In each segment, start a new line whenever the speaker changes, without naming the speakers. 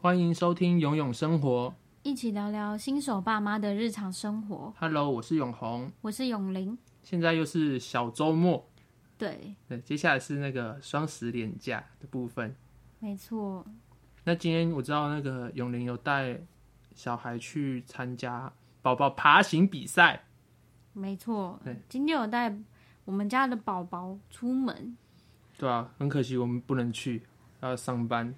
欢迎收听《永永生活
一起聊聊新手爸妈的日常生活。》。
Hello，我是永红，
我是永玲。
现在又是小周末，
对，
对，接下来是那个双十连假的部分。
没错，
那今天我知道那个永玲有带小孩去参加宝宝爬行比赛，
没错
对。
今天有带我们家的宝宝出门，
对啊，很可惜我们不能去，要上班。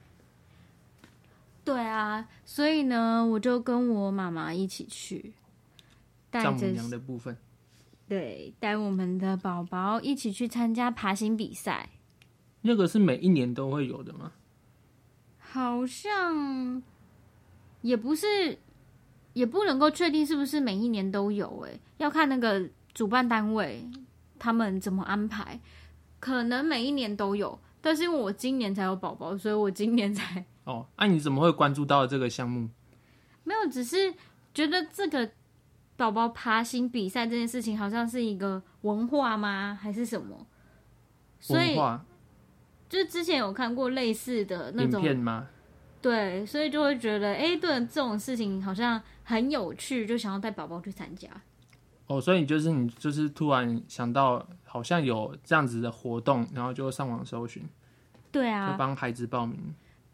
对啊，所以呢，我就跟我妈妈一起去，带
丈母
着
娘的部分，
对带我们的宝宝一起去参加爬行比赛，
那个是每一年都会有的吗？
好像也不是，也不能够确定是不是每一年都有、诶，要看那个主办单位他们怎么安排，可能每一年都有，但是因为我今年才有宝宝，所以我今年才
哦，那、你怎么会关注到这个项目？
没有，只是觉得这个宝宝爬行比赛这件事情好像是一个文化吗，还是什么？所
文
以
化
就之前有看过类似的那
影
种
片吗？
对，所以就会觉得，哎、对这种事情好像很有趣，就想要带宝宝去参加。
哦，所以你就是你就是突然想到好像有这样子的活动，然后就上网搜寻，
对
就
啊，
帮孩子报名。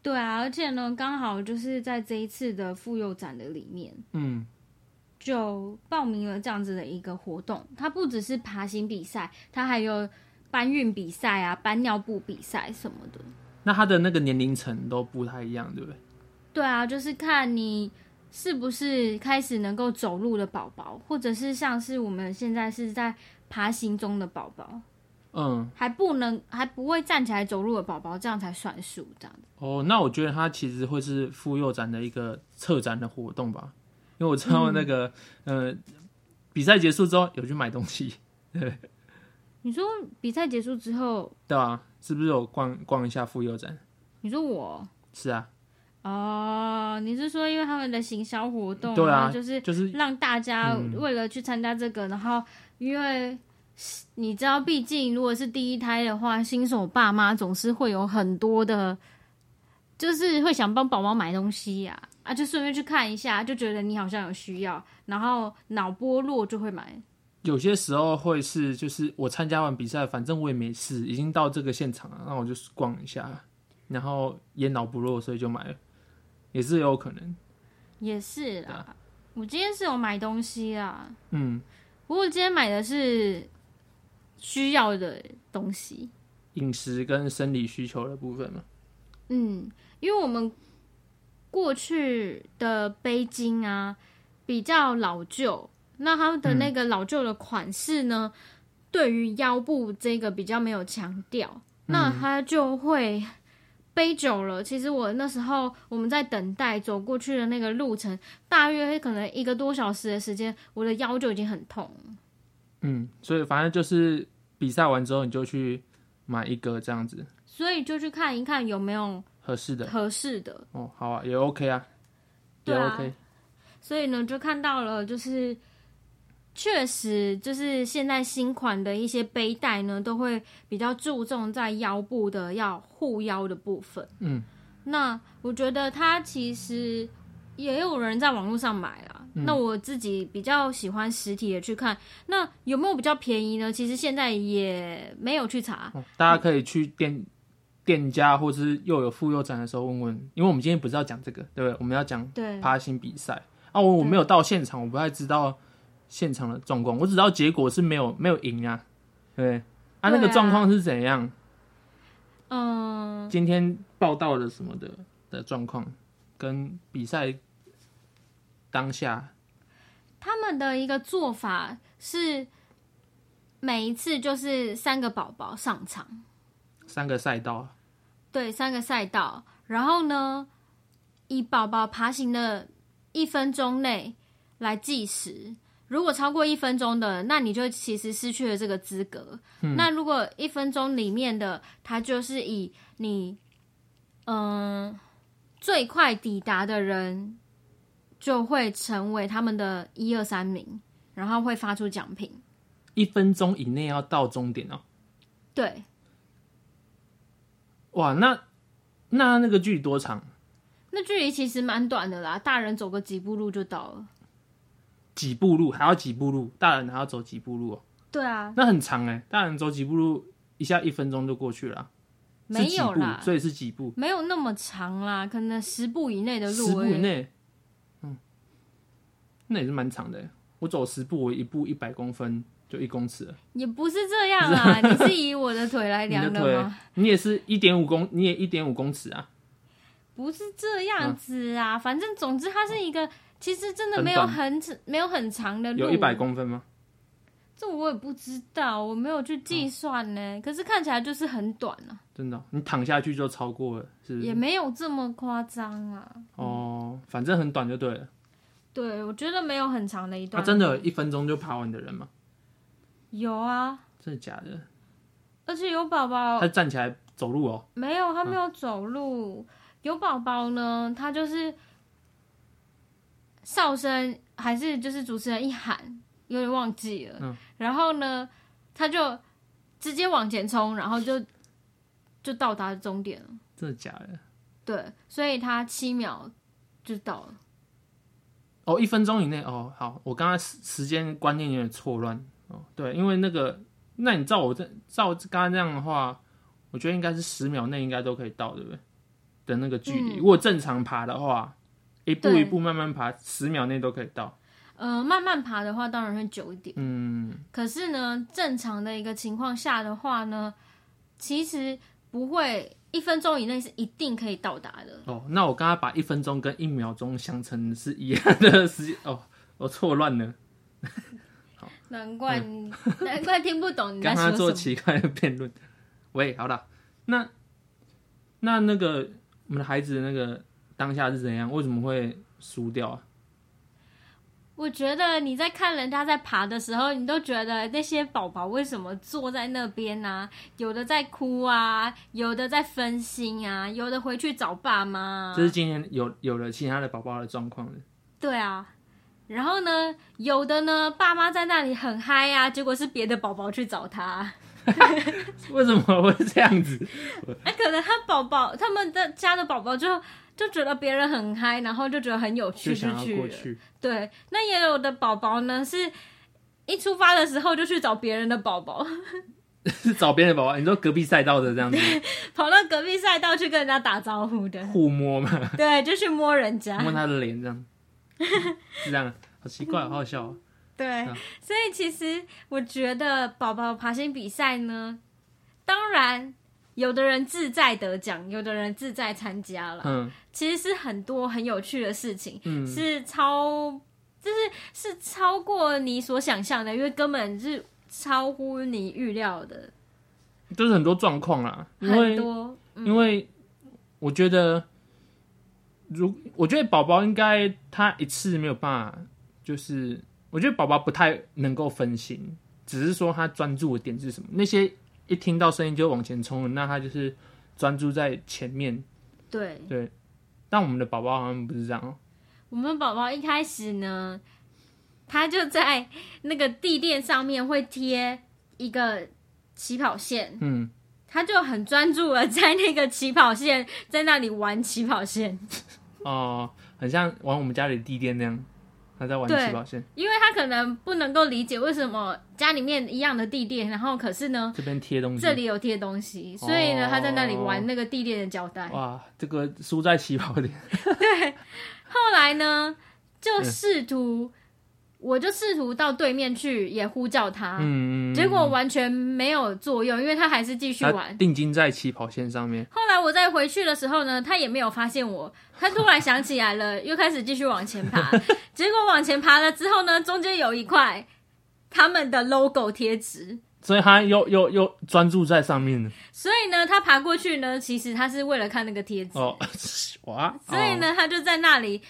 对啊，而且呢，刚好就是在这一次的妇幼展的里面，
嗯，
就报名了这样子的一个活动。它不只是爬行比赛，它还有搬运比赛啊、搬尿布比赛什么的。
那他的那个年龄层都不太一样，对不对？
对啊，就是看你是不是开始能够走路的宝宝，或者是像是我们现在是在爬行中的宝宝。
嗯，
还不能还不会站起来走路的宝宝，这样才算数。这样子，
哦，那我觉得他其实会是妇幼展的一个策展的活动吧，因为我知
嗯
道那个、呃比赛结束之后有去买东西，
你说比赛结束之后，
对吧、是不是有逛逛一下妇幼展？
你说我
是啊，
哦，你是说因为他们的行销活动，
对
然
啊，嗯
后就是
就是
让大家为了去参加这个，然后因为你知道，毕竟如果是第一胎的话，新手爸妈总是会有很多的，就是会想帮宝宝买东西呀、啊，就顺便去看一下，就觉得你好像有需要，然后脑波弱就会买。
有些时候会是，就是我参加完比赛，反正我也没事，已经到这个现场了，那我就逛一下，然后也脑不弱，所以就买了，也是有可能。
也是
对
啦，我今天是有买东西啦，
嗯，
不过今天买的是需要的东西。
饮食跟生理需求的部分嘛，
嗯，因为我们过去的杯巾啊比较老旧，那他们的那个老旧的款式呢，对于腰部这个比较没有强调，那它就会。背久了，其实我那时候我们在等待走过去的那个路程，大约可能一个多小时的时间，我的腰就已经很痛了。
嗯，所以反正就是比赛完之后，你就去买一个这样子
所以就去看一看有没有
合适的。
合适的。
哦，好啊，也 OK 啊，也
对啊
OK。
所以呢，就看到了，就是确实就是现在新款的一些背带呢，都会比较注重在腰部的要护腰的部分。
嗯，
那我觉得它其实也有人在网络上买啦。那我自己比较喜欢实体的去看，那有没有比较便宜呢？其实现在也没有去查，
哦大家可以去店店家或是又有妇幼展的时候问问，因为我们今天不是要讲这个，对不对？我们要讲
对，
爬行比赛啊，我我没有到现场，我不太知道现场的状况，我只知道结果是没有没有赢啊，对啊，那
对啊
个状况是怎样？
嗯。
今天报道的什么的的状况，跟比赛当下，
他们的一个做法是，每一次就是三个宝宝上场，
三个赛道啊，
对，三个赛道，然后呢，以宝宝爬行的一分钟内来计时。如果超过一分钟的，那你就其实失去了这个资格。
嗯
那如果一分钟里面的，它就是以你嗯最快抵达的人就会成为他们的一二三名，然后会发出奖品。
一分钟以内要到终点哦、
对，
哇，那那那个距离多长？
那距离其实蛮短的啦，大人走个几步路就到了。
几步路还要几步路，大人还要走几步路哦，
对啊，
那很长哎、大人走几步路，一下一分钟就过去了啊，是
没
几
有
步
啦，
所以是几步，
没有那么长啦，可能十步以内的
十
路
步
而已。
以内，嗯，那也是蛮长的、欸。我走十步，我一步一百公分，就一公尺了。
也不是这样 啦，你是以我的腿来
啊你的
量
腿
吗？
你也是一点五公，你也一点五公尺啊，
不是这样子啊，反正总之它是一个，其实真的
很
没有
短
很没有很长的路，
有一百公分吗？
这我也不知道，我没有去计算呢、
啊
可是看起来就是很短啊，
真的哦、你躺下去就超过了，是不
也
是？
没有这么夸张啊。
哦，反正很短就对了。
对，我觉得没有很长的一
他、
段。
啊真的有一分钟就爬完的人吗？
有啊，
真的假的？
而且有宝宝
他站起来走路哦，
没有，他没有走路。有宝宝呢，他就是哨声还是就是主持人一喊，有点忘记了。
嗯
然后呢，他就直接往前冲，然后就就到达终点了。
真的假的？
对，所以他七秒就到了。
哦，一分钟以内哦，好，我刚刚时时间观念有点错乱哦，对，因为那个，那你照我这照刚刚这样的话，我觉得应该是十秒内应该都可以到，对不对？的那个距离，如果正常爬的话，一步
对
一步慢慢爬，十秒内都可以到。
呃，慢慢爬的话当然会久一点，
嗯，
可是呢，正常的一个情况下的话呢，其实不会一分钟以内是一定可以到达的。
哦，那我刚刚把一分钟跟一秒钟想成是一样的时间，哦，我错乱了，
难怪你， 难怪听不懂你在
跟他
说
嗯做
什么。
奇怪的辩论。 喂，好了，那那那个我们的孩子的那个当下是怎样？为什么会输掉啊？
我觉得你在看人家在爬的时候，你都觉得那些宝宝为什么坐在那边啊？有的在哭啊，有的在分心啊，有的回去找爸妈啊、
这是今天有有了其他的宝宝的状况了
对啊。然后呢，有的呢，爸妈在那里很嗨啊，结果是别的宝宝去找他。
为什么会这样 子？
哎、可能他宝宝他们的家的宝宝就就觉得别人很嗨，然后就觉得很有趣，
就
就
想要
去
过
了。
去，
对，那也有的宝宝呢，是一出发的时候就去找别人的宝宝，
是 找别人的宝宝，你说隔壁赛道的这样子
跑到隔壁赛道去跟人家打招呼的，
互摸嘛，
对，就去摸人家。
摸他的脸这 样，是这样，啊好奇怪，好好笑、哦。
对
嗯，
所以其实我觉得宝宝爬行比赛呢，当然有的人自在得奖，有的人自在参加了，
嗯，
其实是很多很有趣的事情，是超。就是是超过你所想象的，因为根本是超乎你预料的，
就是很多状况啦，因
很
为
多
因为我觉得，如我觉得宝宝应该他一次没有办法，就是我觉得宝宝不太能够分心，只是说他专注的点是什么。那些一听到声音就往前冲的，那他就是专注在前面。
对，
对，但我们的宝宝好像不是这样哦，
我们宝宝一开始呢，他就在那个地垫上面会贴一个起跑线，
嗯，
他就很专注的在那个起跑线，在那里玩起跑线，
哦、很像玩我们家里的地垫那样，他在玩
对
起跑线，
因为他可能不能够理解为什么家里面一样的地垫，然后可是呢
这边贴东西
这。里有贴东西，所以呢
嗯哦
他在那里玩那个地垫的胶带。
哇，这个输在起跑点，
后来呢，就试图，我就试图到对面去也呼叫他，
嗯，嗯嗯啊
结果完全没有作用，因为他还是继续
他
玩。
定睛在起跑线上面，
后来我再回去的时候呢，他也没有发现我，他突然想起来了， 又开始继续往前 爬。结果往前爬了之后呢，中间有一块他们的 logo 贴纸，
所以他又又又专注在上面了。
所以呢，他爬过去呢，其实他是为了看那个贴纸，
哦， 哇！哦
所以呢，他就在那里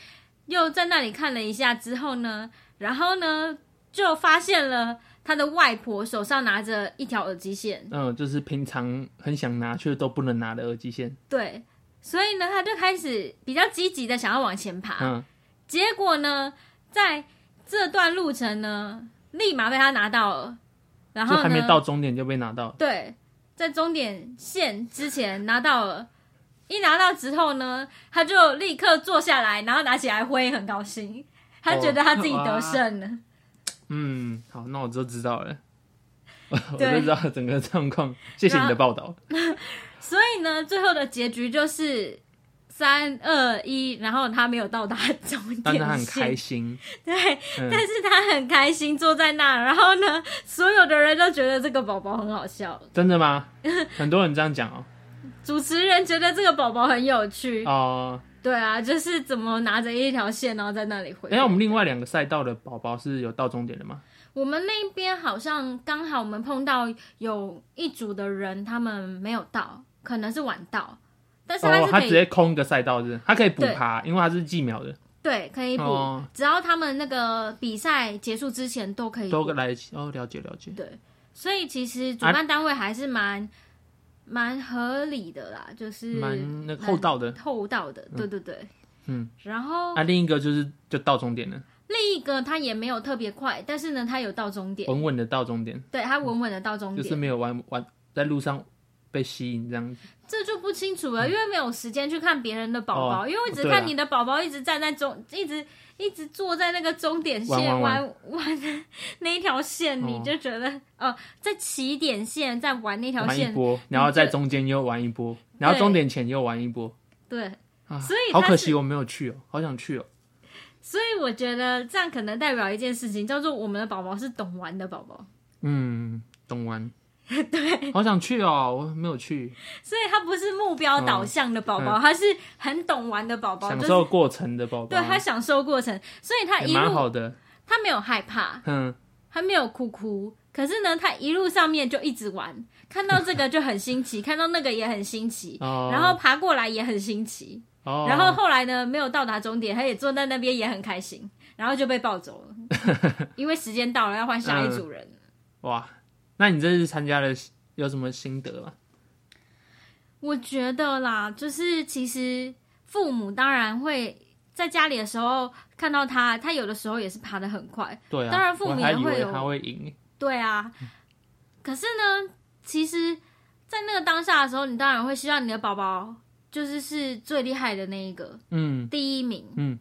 又在那里看了一下之后呢，然后呢就发现了他的外婆手上拿着一条耳机线。
哦，嗯，就是平常很想拿却都不能拿的耳机线，
对，所以呢，他就开始比较积极的想要往前爬。
嗯，
结果呢，在这段路程呢，立马被他拿到了，然
就
后呢，
还没到终点就被拿到了，
对，在终点线之前拿到了，一拿到之后呢，他就立刻坐下来，然后拿起来挥，很高兴，他觉得他自己得胜了。
嗯，好，那我就知道了， 我
对
就知道整个状况。谢谢你的报道。
所以呢，最后的结局就是三二一，然后他没有到达终点线，
但是他很开 心，
对，
嗯
但是他很开心坐在那，然后呢，所有的人都觉得这个宝宝很好笑，
真的 吗？很多人这样讲哦、
主持人觉得这个宝宝很有趣，
哦、
对啊，就是怎么拿着一条线，然后在那里回。
哎、那我们另外两个赛道的宝宝是有到终点的吗？
我们那一边好像刚好我们碰到有一组的人，他们没有到，可能是晚到，但是
哦
是，
他
可
直
以、
接空一个赛道是不是，他可以补
对
爬，因为他是计秒的，
对可以补，
哦
只要他们那个比赛结束之前都可以
都
补。
来得及哦，了解了解。
对，所以其实
啊
主办单位还是蛮蛮、合理的啦，就是
蛮那个厚道的
蛮厚道的，对对对，
嗯。
然后
那、另一个就是就到终点了，
另一个他也没有特别快，但是呢，他有到终点，
稳稳的到终点，
对他稳稳的到终
哦就
点，
是没有玩玩在路上被吸引这样子。
这就不清楚了，因为没有时间去看别人的宝宝，
嗯哦
因为我只
对啊
看你的宝宝一直站在终，一直一直坐在那个终点线
玩玩玩
玩玩那一条线，
哦
你就觉得哦，在起点线在玩那条
玩一
线，嗯
波，然后在中间又玩一波，然后终点前又玩一波。
对，
啊
所以
好
它
可
是
惜我没有去哦、好想去哦、
所以我觉得这样可能代表一件事情，叫做我们的宝宝是懂玩的宝宝，
嗯，东 湾。对，好想去哦、我没有去，
所以他不是目标导向的宝宝，他是很懂玩的宝宝，
嗯享
就是
受过程的宝宝，
对他享受过程，所以他
也
一
蛮
路
好的。
他没有害怕，
嗯，
他没有哭哭，可是呢，他一路上面就一直玩，看到这个就很新奇，看到那个也很新奇，
哦，
然后爬过来也很新奇，
哦，
然后后来呢，没有到达终点，他也坐在那边也很开心，然后就被抱走了， 因为时间到了要换下一组人。
哇，那你这次参加了有什么心得吗？
我觉得啦，就是其实父母当然会在家里的时候看到他，他有的时候也是爬得很快，
对啊，
当然父母
我还
也
以
会
为
有
他会赢，
对啊，可是呢，其实，在那个当下的时候，你当然会希望你的宝宝就是是最厉害的那一个
嗯，
第一名。
嗯，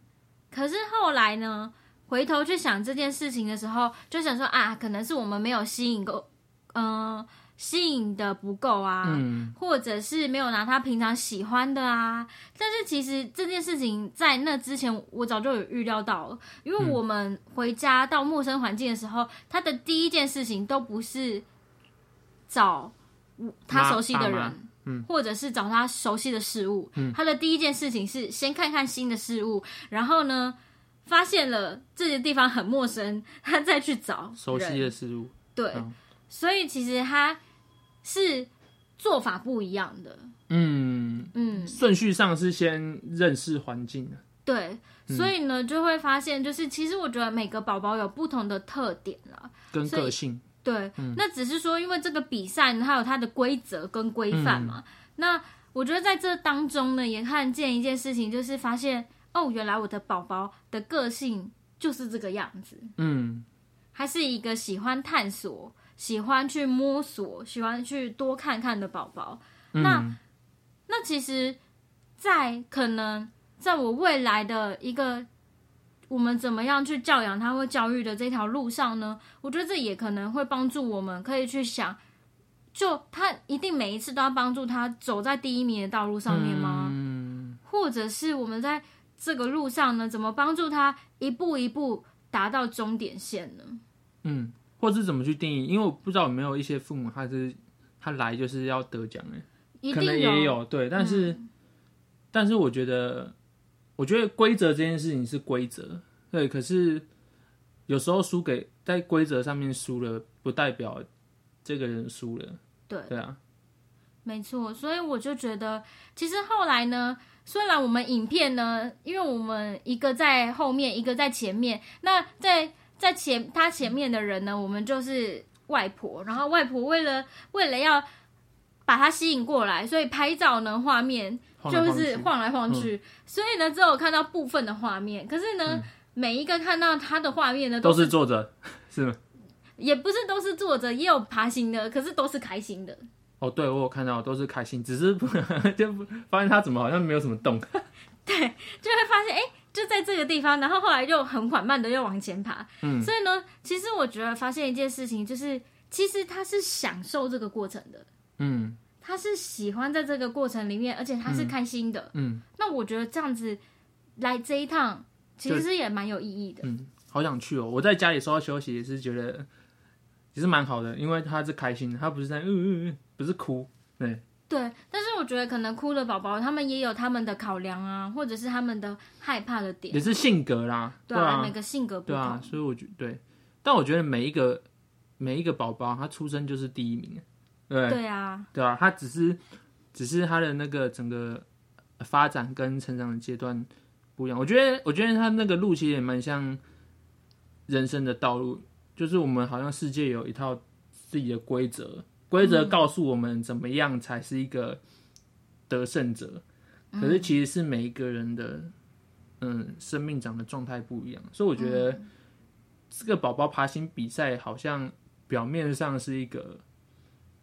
可是后来呢，回头去想这件事情的时候，就想说啊，可能是我们没有吸引够，嗯、吸引的不够啊。
嗯，
或者是没有拿他平常喜欢的啊。但是其实这件事情在那之前，我早就有预料到了，因为
嗯
我们回家到陌生环境的时候，他的第一件事情都不是找他熟悉的
妈爸妈嗯
人。或者是找他熟悉的事物，他的第一件事情是先看看新的事物，然后呢，发现了这些地方很陌生，他再去找
熟悉
人
的事物，
对，
嗯
所以其实他是做法不一样的。
嗯，
嗯，
顺序上是先认识环境啊
对，所以呢就会发现，就是其实我觉得每个宝宝有不同的特点啦。
跟
所以
个性，
对，那只是说因为这个比赛呢它有它的规则跟规范嘛。那我觉得在这当中呢，也看见一件事情，就是发现哦，原来我的宝宝的个性就是这个样子。
嗯，
他是一个喜欢探索、喜欢去摸索、喜欢去多看看的宝宝。
嗯
那那其实，在可能在我未来的一个我们怎么样去教养他或教育的这条路上呢，我觉得这也可能会帮助我们可以去想。就他一定每一次都要帮助他走在第一名的道路上面吗？
嗯，
或者是我们在这个路上呢，怎么帮助他一步一步达到终点线呢？
嗯，或是怎么去定义？因为我不知道有没有一些父母他是他来就是要得奖哎、
一
可
定嗯
能也有对，但是、但是我觉得，我觉得规则这件事情是规则，对，可是有时候输给在规则上面输了，不代表这个人输了，
对，
对啊，
没错。所以我就觉得，其实后来呢，虽然我们影片呢，因为我们一个在后面，一个在前面，那在在前他前面的人呢，我们就是外婆，然后外婆为了为了要。把他吸引过来，所以拍照呢，画面
晃来
就
晃去嗯
是晃来晃去，所以呢，只有看到部分的画面。可是呢，每一个看到他的画面呢，
嗯都
是
是坐着，是吗？
也不是都是坐着，也有爬行的，可是都是开心的。
哦，对我有看到，都是开心，只是 不就不发现他怎么好像没有什么动。
就会发现，哎、就在这个地方，然后后来又很缓慢的又往前爬。嗯，所以呢，其实我觉得发现一件事情，就是其实他是享受这个过程的，
嗯
他是喜欢在这个过程里面，而且他是开心的。
嗯
那我觉得这样子来这一趟，其实也蛮有意义的。
嗯，好想去哦！我在家里说要休息也是觉得也是蛮好的，因为他是开心的，他不是在嗯嗯嗯，不是哭。对，
对，但是我觉得可能哭的宝宝他们也有他们的考量啊，或者是他们的害怕的点
也，是性格啦，
啊对
啊，
每个性格不
对
同，
啊，所以我觉对，但我觉得每一个每一个宝宝他出生就是第一名，对
对啊，
对啊，他只是只是他的那个整个发展跟成长的阶段不一样。我觉得，我觉得他那个路其实也蛮像人生的道路，就是我们好像世界有一套自己的规则，规则告诉我们怎么样才是一个得胜者。可是其实是每一个人的嗯生命长的状态不一样，所以我觉得这个宝宝爬行比赛好像表面上是一个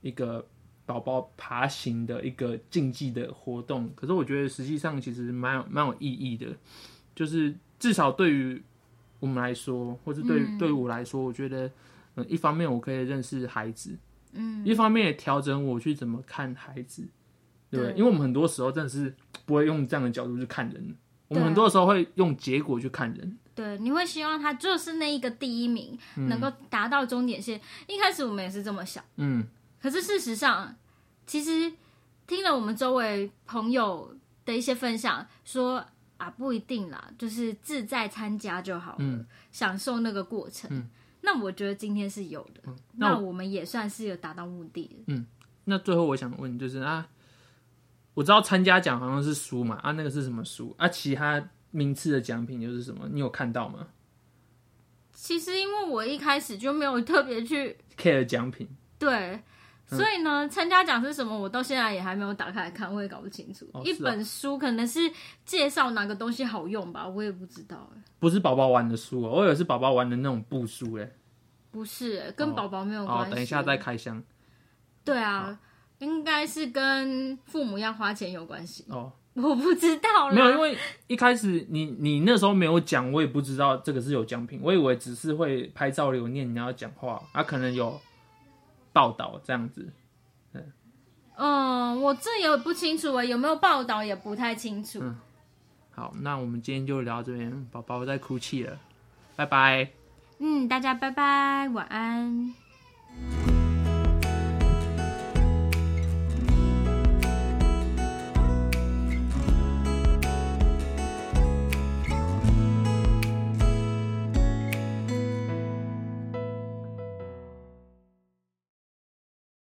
一个宝宝爬行的一个竞技的活动，可是我觉得实际上其实蛮有蛮有意义的，就是至少对于我们来说，或是对、对于我来说，我觉得，嗯，一方面我可以认识孩子，嗯，一方面也调整我去怎么看孩子，对不对？
对
因为我们很多时候真的是不会用这样的角度去看人，我
对
们
啊
很多时候会用结果去看人，
对，你会希望他就是那一个第一名，能够达到终点线。一开始我们也是这么想，
嗯
可是事实上，其实听了我们周围朋友的一些分享，说啊不一定啦，就是自在参加就好了，
嗯
享受那个过程。那我觉得今天是有的，
那
嗯那我们也算是有达到目的了。
那最后我想问就是啊，我知道参加奖好像是书嘛，啊那个是什么书啊？其他名次的奖品又是什么？你有看到吗
其实因为我一开始就没有特别去
？care 奖品
对，所以呢，参加奖是什么，我到现在也还没有打开来看，我也搞不清楚。
哦
一
是哦
本书可能是介绍哪个东西好用吧，我也不知道哎，
不是宝宝玩的书、哦，我以为是宝宝玩的那种布书哎、
不是哎，跟
哦
宝宝没有关
哦
系。，
等一下再开箱
对啊，应该是跟父母要花钱有关系，
哦。
我不知嗯道啦。
没有，因为一开始你你那时候没有讲，我也不知道这个是有奖品，我以为只是会拍照留念，然后讲话啊，可能有报道这样子。
嗯，我这也不清楚哎，有没有报道也不太清楚。
嗯好，那我们今天就聊到这边，宝宝在哭泣了，拜拜。
嗯，大家拜拜，晚安。